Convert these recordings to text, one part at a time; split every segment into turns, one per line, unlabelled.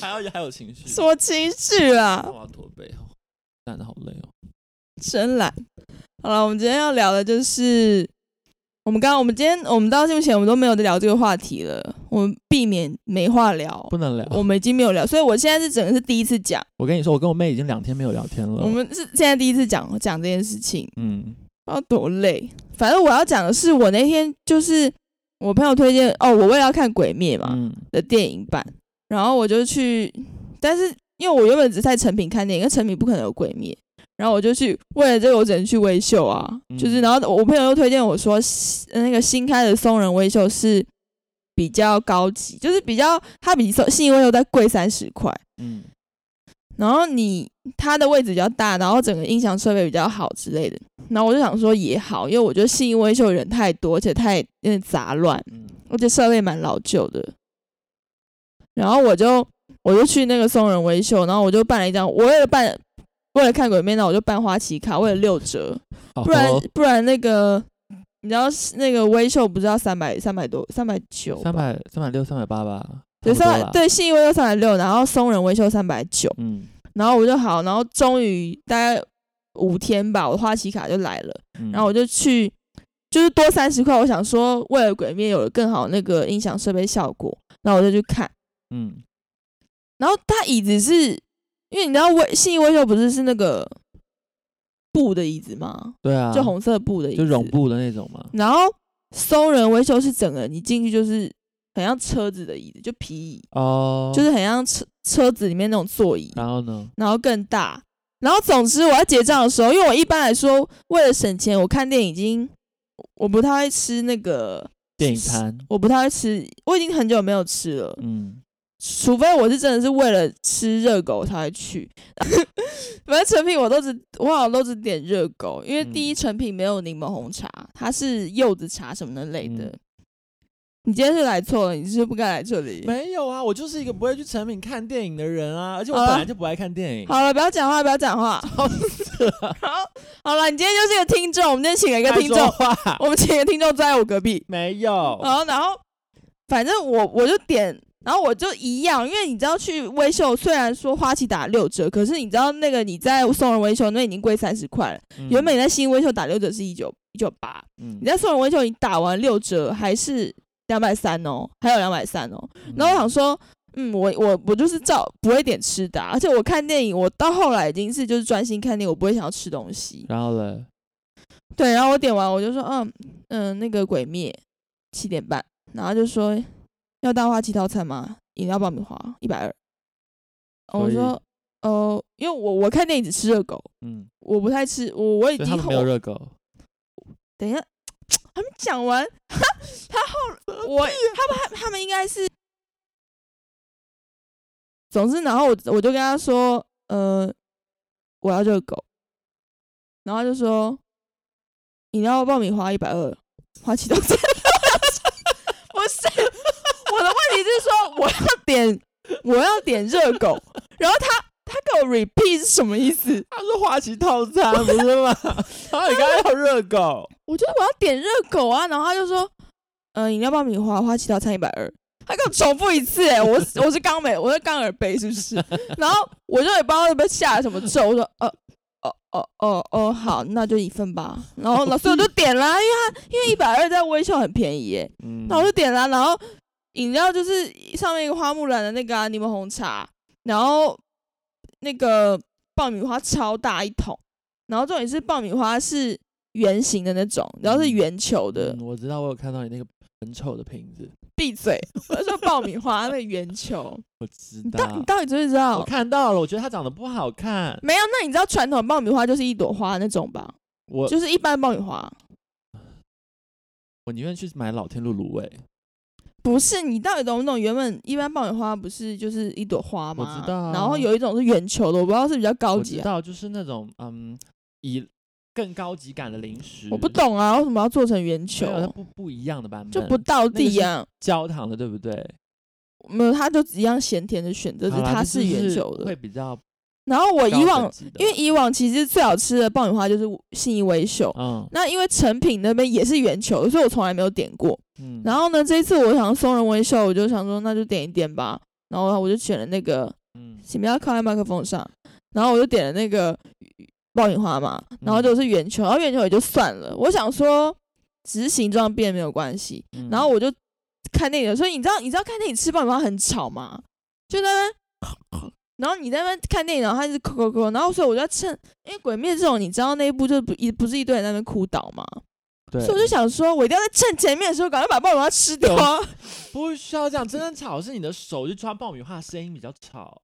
到还有情绪，
什么情绪啊？
我要驼背哦，站的好累哦。
真懒。好了，我们今天要聊的就是，我们刚刚我们今天我们到目前我们都没有在聊这个话题了，我们避免没话聊，
不啊能聊。
我们已经没有聊，所以我现在是整个是第一次讲，
我跟你说，我跟我妹已经两天没有聊天了。
我们是现在第一次讲讲这件事情，
嗯，
要多累。反正我要讲的是，我那天就是我朋友推荐哦，我为了要看《鬼灭》嘛、
嗯，
的电影版，然后我就去，但是因为我原本只是在成品看电影，因为成品不可能有《鬼灭》，然后我就去为了这个，我只能去微秀啊，
嗯
就是然后我朋友又推荐我说，呃那个新开的松仁微秀是比较高级，就是比较它比松信义微秀再贵三十块。
嗯，
然后你它的位置比较大，然后整个音响设备比较好之类的。然后我就想说也好，因为我觉得信义威秀人太多，而且太有点杂乱，
嗯，
而且设备蛮老旧的。然后我就我就去那个松仁威秀，然后我就办了一张，我为了办为了看鬼面呢，我就办花旗卡，为了六折，
好
不然不然那个你知道那个威秀不是要三百三百多三百九
三百三百六三百八吧，
对
差不多
三
啦
百，对信义威秀三百六，然后松仁威秀三百九。
嗯
然后我就好，然后终于大概五天吧，我花旗卡就来了，
嗯，
然后我就去，就是多三十块，我想说为了鬼灭有了更好那个音响设备效果，然后我就去看，
嗯
然后它椅子是因为你知道微信义微秀不是是那个布的椅子吗？
对啊，
就红色布的椅子，
就绒布的那种嘛，
然后松仁微秀是整个你进去就是很像车子的椅子，就皮椅，
哦，啊
就，是很像车车子里面那种座椅，
然后呢，
然后更大。然后总之我在结账的时候，因为我一般来说为了省钱，我看电影已经我不太会吃那个，
电影餐，
我不太会吃，我已经很久没有吃了，
嗯，
除非我是真的是为了吃热狗才会去。 反正成品我都只我好像都只点热狗，因为第一
嗯
成品没有柠檬红茶，它是柚子茶什么的类的。
嗯
你今天是来错了，你是不该来这里。
没有啊，我就是一个不会去成品看电影的人啊，而且我
好
本
了
来就不爱看电影。
好了，不要讲话，不要讲话。
好，
好，好了，你今天就是个听众，我们今天请了一个
该
听
说
众，
话
我们请个听众坐在我隔壁，
没有，
然后然后反正我我就点，然后我就一样，因为你知道去微秀虽然说花旗打六折，可是你知道那个你在松仁微秀那已经贵三十块了，
嗯
原本你在新微秀打六折是一九一九八，
嗯
你在松仁微秀你打完六折还是两百三哦，还有两百三哦，然后我想说，嗯，我我我就是照不会点吃的啊、而且我看电影，我到后来已经是就是专心看电影，我不会想要吃东西。
然后嘞，
对，然后我点完我就说，嗯嗯，那个鬼灭七点半，然后就说要大花七套餐吗？饮料爆米花一百二。哦我
所以
说，哦，因为我我看电影只吃热狗，
嗯，
我不太吃，我我已
所
经
以他们没有热狗，
等一下，他们讲完， 他后我他们他们应该是，总之，然后我我就跟他说，呃，我要热狗，然后他就说饮料爆米花一百二，花旗都在， 不是我的问题是说我要点我要点热狗，然后他他给我 repeat 是什么意思？
他是花旗套餐不是 吗？然后你刚刚要热狗，
我就我要点热狗啊，然后他就说，呃，饮料爆米花花旗套餐一百二，他给我重复一次、欸，我是我是刚美，我是刚耳背是不是？ 然后我就也不知道被下了什么咒，我说，呃。哦哦哦哦，好，那就一份吧。然后老师我就点啦，因为他因为一百二在微笑很便宜欸耶，
嗯
那我就点啦。啊然后饮料就是上面一个花木兰的那个、啊、柠檬红茶，然后那个爆米花超大一桶，然后重点是爆米花是圆形的那种，然后是圆球的
嗯，我知道，我有看到你那个很丑的瓶子，
闭嘴！我就说爆米花那个 圆球，
我知
你到
道
你，嗯到底知不知
我
道？
看到了，我觉得它长得不好看，
没有，那你知道传统爆米花就是一朵花那种吧？
我
就是一般爆米花，
我宁愿去买老天露卤味，
不是你到底懂不懂？原本一般爆米花不是就是一朵花吗？
我知道啊
然后有一种是圆球的，我不知道是比较高
我
级
知
啊，
道，就是那种嗯，以更高级感的零食，
我不懂啊，为什么要做成圆
嗯没
球
有，？嗯它不不一样的版本，
就不到地呀、
焦糖的，对不对？
没有，它就一样咸甜的选择，只
好
是
啦
它
这就是
圆球的
会。比较
然后我以
高
往
等级的
因为以往其实最好吃的爆米花就是信义威秀，
嗯
那因为成品那边也是圆球，所以我从来没有点过。
嗯，
然后呢，这一次我想松仁威秀，我就想说那就点一点吧。然后我就选了那个
嗯
请不要靠在麦克风上。然后我就点了那个爆米花嘛，
嗯
然后就是圆球，然后圆球也就算了。我想说，只是形状变没有关系。
嗯
然后我就看电影，所以你知道，你知道看电影吃爆米花很吵吗？就在那边然后你在那边看电影，然后他一直咳咳咳，然后所以我就要趁，因为《鬼灭》这种，你知道那一部就不一不是一堆人在那边哭倒嘛，
对，
所以我就想说，我一定要在趁前面的时候赶快把爆米花 吃掉啊！
不需要这样，真正吵是你的手去抓爆米花，声音比较吵。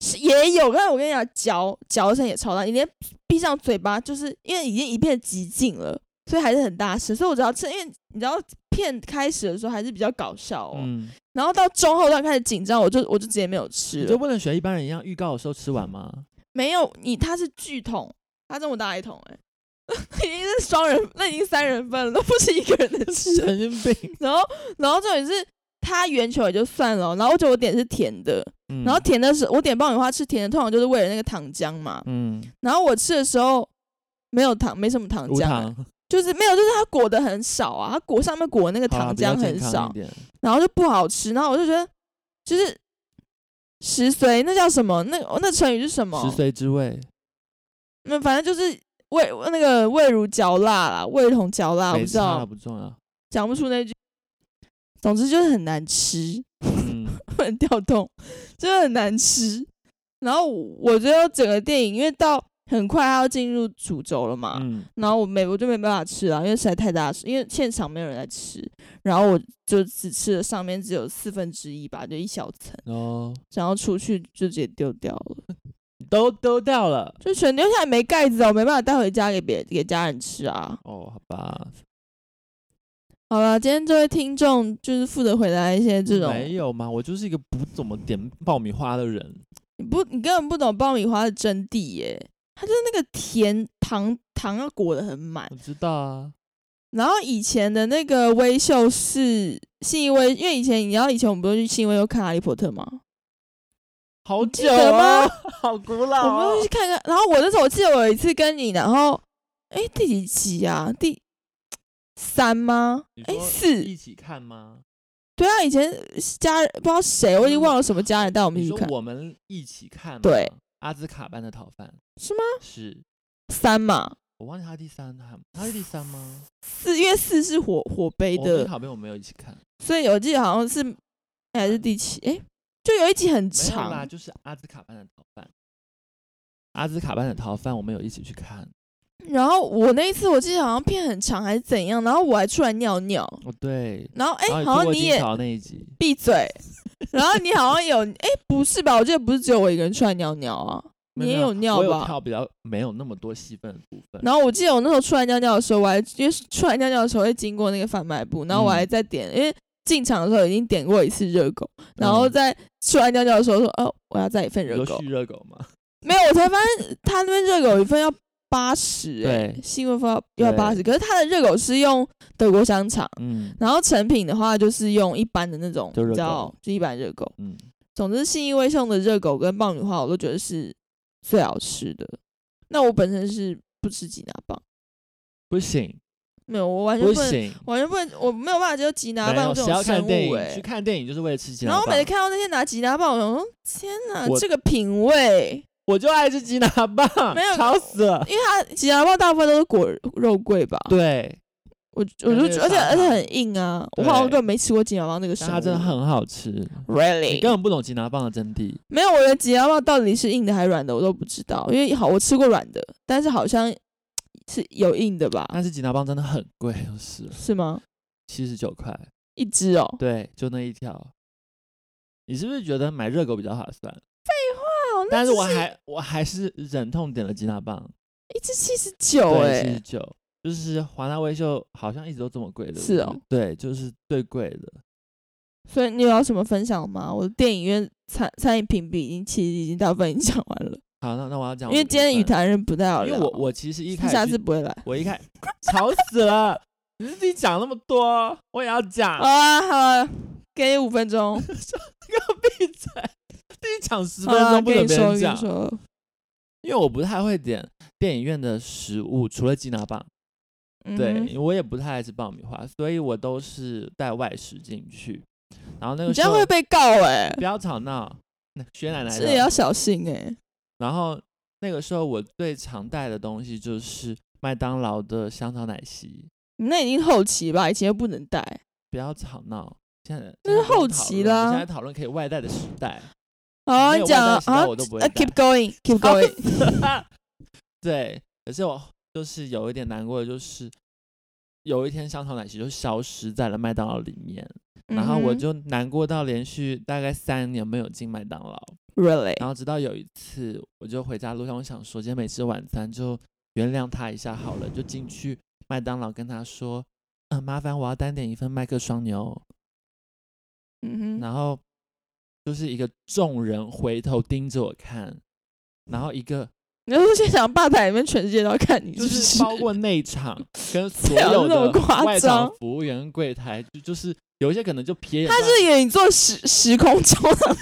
是也有，但是我跟你讲，嚼嚼声也超大，你连闭上嘴巴，就是因为已经一片寂静了，所以还是很大声。所以我只要趁，因为你知道片开始的时候还是比较搞笑哦，
嗯，
然后到中后段开始紧张，我就我就直接没有吃
你就
了。
不能学一般人一样，预告的时候吃完 吗？
没有你，它是巨桶，它这么大一桶、欸， 已经是双人，那已经三人份了，都不是一个人的吃了。
神经病。
然后，然后重点是它圆球也就算了哦，然后我觉得我点的是甜的，
嗯
然后甜的是我点爆米花吃甜的，通常就是为了那个糖浆嘛。
嗯，
然后我吃的时候没有糖，没什么糖
无
浆、欸
糖
就是没有，就是它裹的很少啊，它裹上面裹的那个
好啦
糖
比较
浆很
健康
少
一，点
然后就不好吃。然后我就觉得，就是食髓那叫什么？那那成语是什么？
食髓知味，
那反正就是味那个味如嚼蜡啦，味同嚼蜡，我
没
不知
差啦
道
啊不重要。
讲不出那句。总之就是很难吃，
嗯，
很跳动，真的很难吃。然后我觉得整个电影，因为到很快它要进入主轴了嘛，
嗯，
然后我没我就没办法吃了，因为实在太大声，因为现场没有人来吃，然后我就只吃了上面只有四分之一吧，就一小层，
然后
然后出去就直接丢掉了，
都丢掉了。
就全丢下来没盖子啊，我没办法带回家给别给家人吃啊。
哦，好吧，
好了，今天这位听众就是负责回答一些这种，
没有嘛，我就是一个不怎么点爆米花的人。
你不你根本不懂爆米花的真谛耶，它就是那个甜糖糖要裹得很满。
我知道啊，
然后以前的那个微秀是信义威，因为以前你知道以前我们不是去信义威秀看《哈利波特》吗？
好
记
久
得
啊
吗，
好古老
我们
哦
会去看看。然后我那时候我记得我有一次跟你，然后哎第几集啊？第三吗
你？
哎
说
四
一起看吗？
对啊，以前家人不知道谁，我已经忘了什么家人带我们
你
去
说
看
我们一起看吗
对
阿兹卡班的逃犯
是吗？
是
三嘛，
我忘记他第三还他是第三吗？
四因为四是火火杯
我跟
的，
好朋友没有一起看，
所以我记得好像是还是第七，哎就有一集很
没有啦，
长，
就是阿兹卡班的逃犯。阿兹卡班的逃犯，我们有一起去看。
然后我那一次我记得好像片很长还是怎样，然后我还出来尿尿，
哦，对，
然后哎
然后
好
出过
像你
金
也
桥那一集，
闭嘴。然后你好像有，哎、不是吧？我记得不是只有我一个人出来尿尿啊。
没
你也
没
有尿
我有
吧
跳比较没有那么多戏份的部分。
然后我记得我那时候出来尿尿的时候，我还因为出来尿尿的时候会经过那个贩卖
嗯
部，然后我还在点，因为进场的时候已经点过一次热狗，然后
嗯
在出来尿尿的时候说，哦，我要再一份热
有
狗
续。热狗吗？
没有，我才发现他那边热狗一份要八十、欸，
对
新闻发要
对
八十，可是他的热狗是用德国香肠，
嗯
然后成品的话就是用一般的那种，
就热
你知
狗
道，就一般热狗。
嗯，
总之，信义威秀的热狗跟爆米花，我都觉得是最好吃的。那我本身是不吃吉拿棒，
不 行
没有，我完全
不
不能，
行，
完全不能，我没有办法接受吉拿
没有
棒这
谁
种
要看
生
电
物、
影，去
欸。
看电影就是为了吃鸡。
然后我每次看到那些拿吉拿棒，我想说：天哪，
我
这个品味！
我就爱吃鸡拿棒，
没有
吵死了。
因为它吉拿棒大部分都是裹肉桂吧？
对，
我我
那
就觉
个
得，而且
沙拉
而且很硬啊！我
对
好像根本没吃过吉拿棒那个生
但它
物。
真的很好吃，你
really
根本不懂吉拿棒的真谛。
没有，我的吉拿棒到底是硬的还是软的，我都不知道。因为好，我吃过软的，但是好像是有硬的吧？
但是吉拿棒真的很贵，就是
是吗？
七十九块，
一只哦，
对，就那一条。你是不是觉得买热狗比较划算？
哇，那
但
只
是我还我还是忍痛点了吉拿棒，
一只七十九
对，七
哎
十，九，就是华纳威秀好像一直都这么贵的，
是哦，
对，就是最贵的。
所以你有什么分享吗？我的电影院餐餐饮评比已经其实已经大部分已经讲完了，
好，那那我要讲
因
我的部分，
为今天与谈人不太好
因
聊，
为我我其实一
你
开
下
始
次
去
不会来。
我一开 吵死了，你自己讲那么多，我也要讲
好，啊，好啊，给你五分钟，
闭嘴，自己讲十
好
分
啊，
钟不准
跟你
别
说，跟
人
你
讲，
说，
因为我不太会点电影院的食物，除了鸡拿棒，
嗯
对，
哼
因为我也不太爱吃爆米花，所以我都是带外食进去，然后那
你
个时
这样
候
会被告哎，
不要吵闹，那薛奶奶
这也要
的。
小心哎、
然后那个时候我最常带的东西就是麦当劳的香草奶昔，
你那已经后期吧，以前又不能带。
不要吵闹。现在
那是
现在不
后
讨
期
论我们
啦
现在讨论可以外带的时代，
好啊，
没
你
有
讲
外带
啊
时代
啊
我都不会
啊
带
，keep going，keep going，
对，可是我就是有一点难过的，就是有一天香草奶昔就消失在了麦当劳里面，然后我
嗯哼
就难过到连续大概三年没有进麦当劳，
really，
然后直到有一次我就回家路上，我想说今天没吃晚餐就原谅他一下好了，就进去麦当劳跟他说，嗯、麻烦我要单点一份麦克双牛，
嗯哼，
然后就是一个众人回头盯着我看，然后一个
你就是现场吧台里面全世界都要看你，
就是
不
是
是？
包括内场跟所
这样
有
那么
的
夸
外
张
场服务员、柜台，就就是有一些可能就瞥眼看，
他是以为你做时时空胶 囊，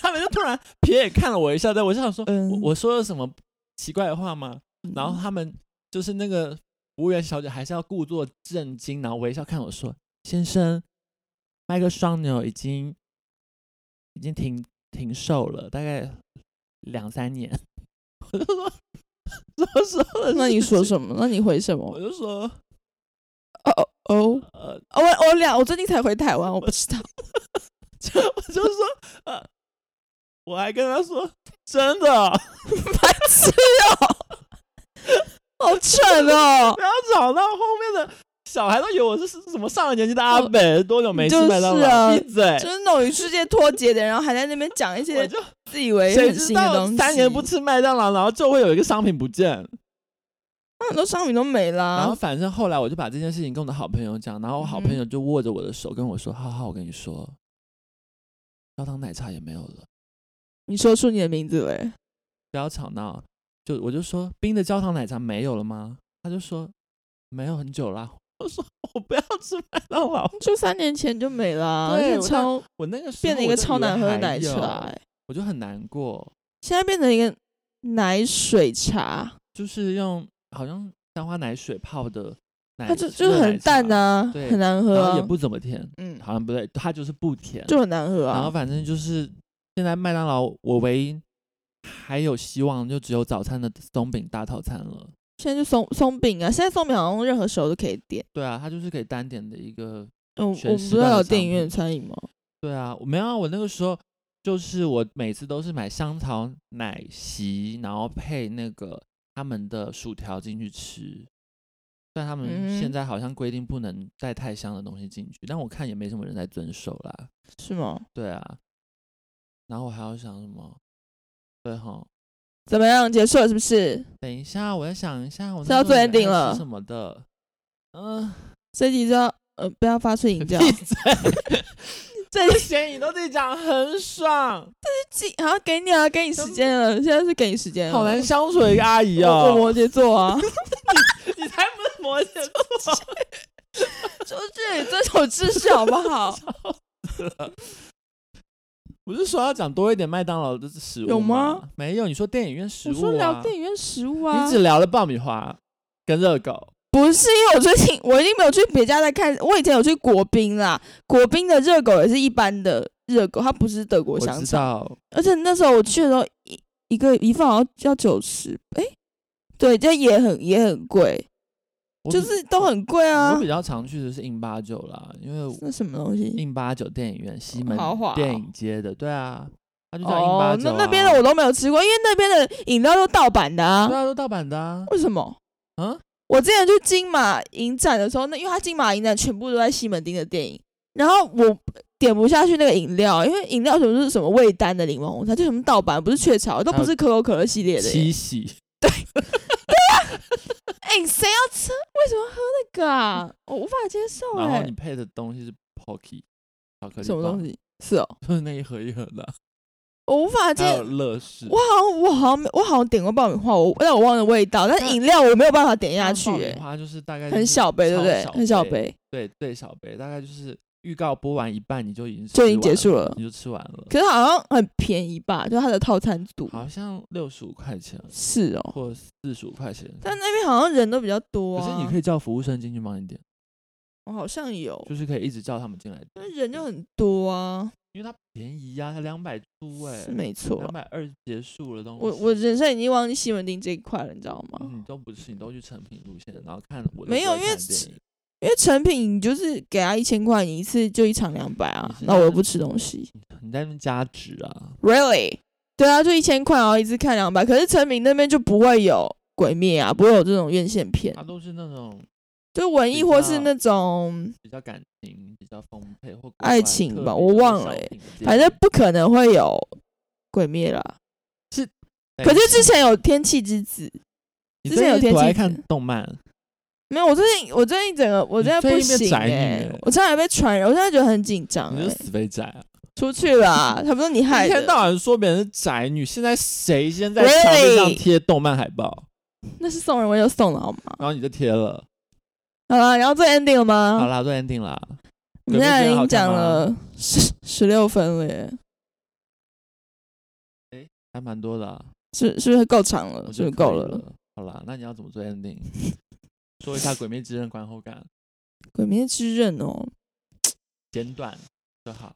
他们就突然瞥眼看了我一下，但我就想说，
嗯
我我说了什么奇怪的话吗？然后他们就是那个服务员小姐还是要故作震惊，然后微笑看我说：“先生，麦克双牛已经已经停停售了，大概两三年。” 我就说。 什么时候的
那你
事
说
情
什么？那你回什
我
么？
就说，
哦哦哦，
呃，
哦我我俩我最近才回台湾，我不知道。
我就说，呃，我还跟他说，真的
白痴哦， 好蠢哦！
不要吵到后面的小孩都以为我是是什么上了年纪的阿北，多久没吃
就是
麦当劳？
啊
闭嘴！
就是那种与世界脱节的人，然后还在那边讲一
我
些
就
自以为
谁
很
知
新的
道
东西，
三年不吃麦当劳，然后就会有一个商品不见。
啊很多商品都没
然后
啦。
反正后来我就把这件事情跟我的好朋友讲，然后我好
嗯
朋友就握着我的手跟我说：“浩浩，我跟你说，焦糖奶茶也没有了，
你说出你的名字嘞？
不要吵闹。”就我就说冰的焦糖奶茶没有了吗？他就说没有很久啦。 我说我不要吃麦当劳，
就三年前就没啦，而
对
且
我
超
我那个时候
变成一个
我就以为
超难喝的
还
奶
有
茶、欸，
我就很难过，
现在变成一个奶水茶，
就是用好像香花奶水泡的奶，
它就就是很淡
的，
啊
对，
很难喝
然后
啊
也，不怎么甜，
嗯，
好像不对，它就是不甜。
就很难喝
然后
啊。
反正就是现在麦当劳，我唯一还有希望就只有早餐的松饼大套餐了。
现在就松松饼啊，现在松饼好像任何时候都可以点。
对啊，它就是可以单点的一个。
嗯，我们
全
不
时
是
段的
有
商
电影院
品
餐饮吗？
对啊，我没有啊，我那个时候就是我每次都是买香草奶昔，然后配那个他们的薯条进去吃。但他们
嗯
现在好像规定不能带太香的东西进去，但我看也没什么人在遵守啦。
是吗？
对啊，然后我还要想什么？对哈，
怎么样？结束了是不是？
等一下，我再想一下，我
是要
那时候
做 ending
也爱吃
了
什么的？嗯、
这集就要呃不要发出淫 叫，
闭嘴！
这
这些你都自己讲，很爽，
集好给你啊，给你时间了，现在是给你时间了。
好难相处的一个阿姨
哎我我
哦。
摩羯 座啊，
你才不是摩羯座。
周志宇遵守秩序好不好？
不是说要讲多一点麦当劳的食物
有吗
吗？没有，你说电影院 食
我
物、啊，
说聊电影院食物啊，
你只聊了爆米花跟热狗，
不是因为我最近我已经没有去别家在看，我以前有去国宾啦，国宾的热狗也是一般的热狗，它不是德国
我
香
知
肠，
道。
而且那时候我去的时候一一个一份好像要九十，诶，对，这也很也很贵，
我
就
比
是都很贵啊
我比。较常去的是印八九啦，因为
那什么东西？
印八九电影院西门
豪华哦
电影街的，对啊，它就叫印八
哦，
九、啊
那那边的我都没有吃过，因为那边的饮料都盗版的啊
对。啊，都盗版的啊。
为什么？
嗯，
我之前去金马影展的时候，那因为它金马影展全部都在西门町的电影，然后我点不下去那个饮料，因为饮料什么是什么味丹的柠檬红茶，就什么盗版，不是雀巢，都不是可口可乐系列的耶。
七喜，
哎、谁要吃？为什么喝那个 啊？我无法接受
然
哎、
后你配的东西是 Pocky 巧克力，
什么东
西？
西？是哦，
就是那一盒一盒的，啊
我无法
还有
接。
乐事。
我好像我好像没我好像点过爆米花，我但我忘了味道，但饮料我没有办法点下去、
爆米
哎，
花就是大概就
很
是
小杯，对不
超
对？很小
杯，
杯
对对，小杯，大概就是预告播完一半你就已经
就已
吃
经结
完
束了
你就吃完了，
可是好像很便宜吧？就它的套餐组
好像六十五块钱
是哦，
或四十五块钱。
但那边好像人都比较多、
可
啊。
是你可以叫服务生进去帮你点，
我好像有，
就是可以一直叫他们进来点。
但人就很多啊。
因为它便宜呀、才两百出哎
是，没错
两
啊。
百二结束了东西。
我我人生已经忘记西门町这一块了，你知道吗？
嗯你都不是，你都去成品路线，然后看我都
没
不
有
会
因为
看
吃
电影
因为成品你就是给他一千块，你一次就一场两百啊
你，是
那我又不吃东西。
你在那边加值啊，
Really？对啊，就一千块，然后一次看两百。可是成品那边就不会有鬼灭啊，不会有这种院线片
它，都是那种
就文
比
艺或是
较
那种，
比较感情比较丰沛或国
爱
外
情
特
吧
别
我
的
忘
小
了欸
品电
反正
影
不可能会有鬼灭啦。
对
可是之前有天气之子，
你
之
最
前有
近多
天
爱
气
看
子
动漫，
没有，我最近我最近整个我
你
真的
最
不
近变
行
宅女
哎、
了
我差点被传染，我现在觉得很紧张
你
哎、
就是死肥宅啊！
出 去啦，他不是你害
一天到
的，
晚说别人是宅女，现在谁先在墙壁上
Really？
贴动漫海报，
那是送人我就送了好吗？
然后你就贴了？
好啦，然后这 ending 了
好
吗？
啦，都 ending 啦。
我们现在已
鬼灭之刃
经讲
好看吗
了十十六分了耶，
还蛮多的啊、
是是不是够长
我
了？
觉得
是不嗯是够
可以
了？
了。好啦，那你要怎么做 ending？说一下《鬼灭之刃》观后感，
《鬼灭之刃》哦，
简短就好。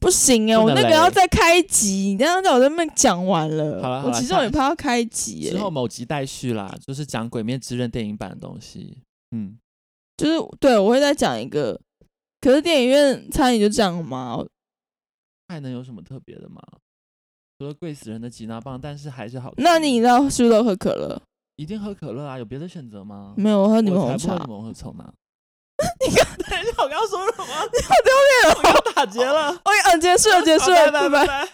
不行哎、
不
我
能
那个
嘞
要再开一集，你这样在我这边讲完
好啦
了，
好
我
啦
其实
下
我也怕要开一集、
之
欸
后，某集待续啦，就是讲《鬼灭之刃》电影版的东西。嗯，
就是对我会再讲一个，可是电影院餐饮就这样嘛，
还能有什么特别的吗？除了贵死人的吉拿棒，但是还是好吃。
那你呢？是不是都喝可乐？
一定喝可乐啊？有别的选择吗？
没有，我喝
我
嗯柠檬
才
红
不喝
茶。
柠檬红茶呢。
我刚刚说什么？你好丢脸哦！
打劫了，
哎，嗯，结束了，结束
好
了，
拜
拜拜。
拜。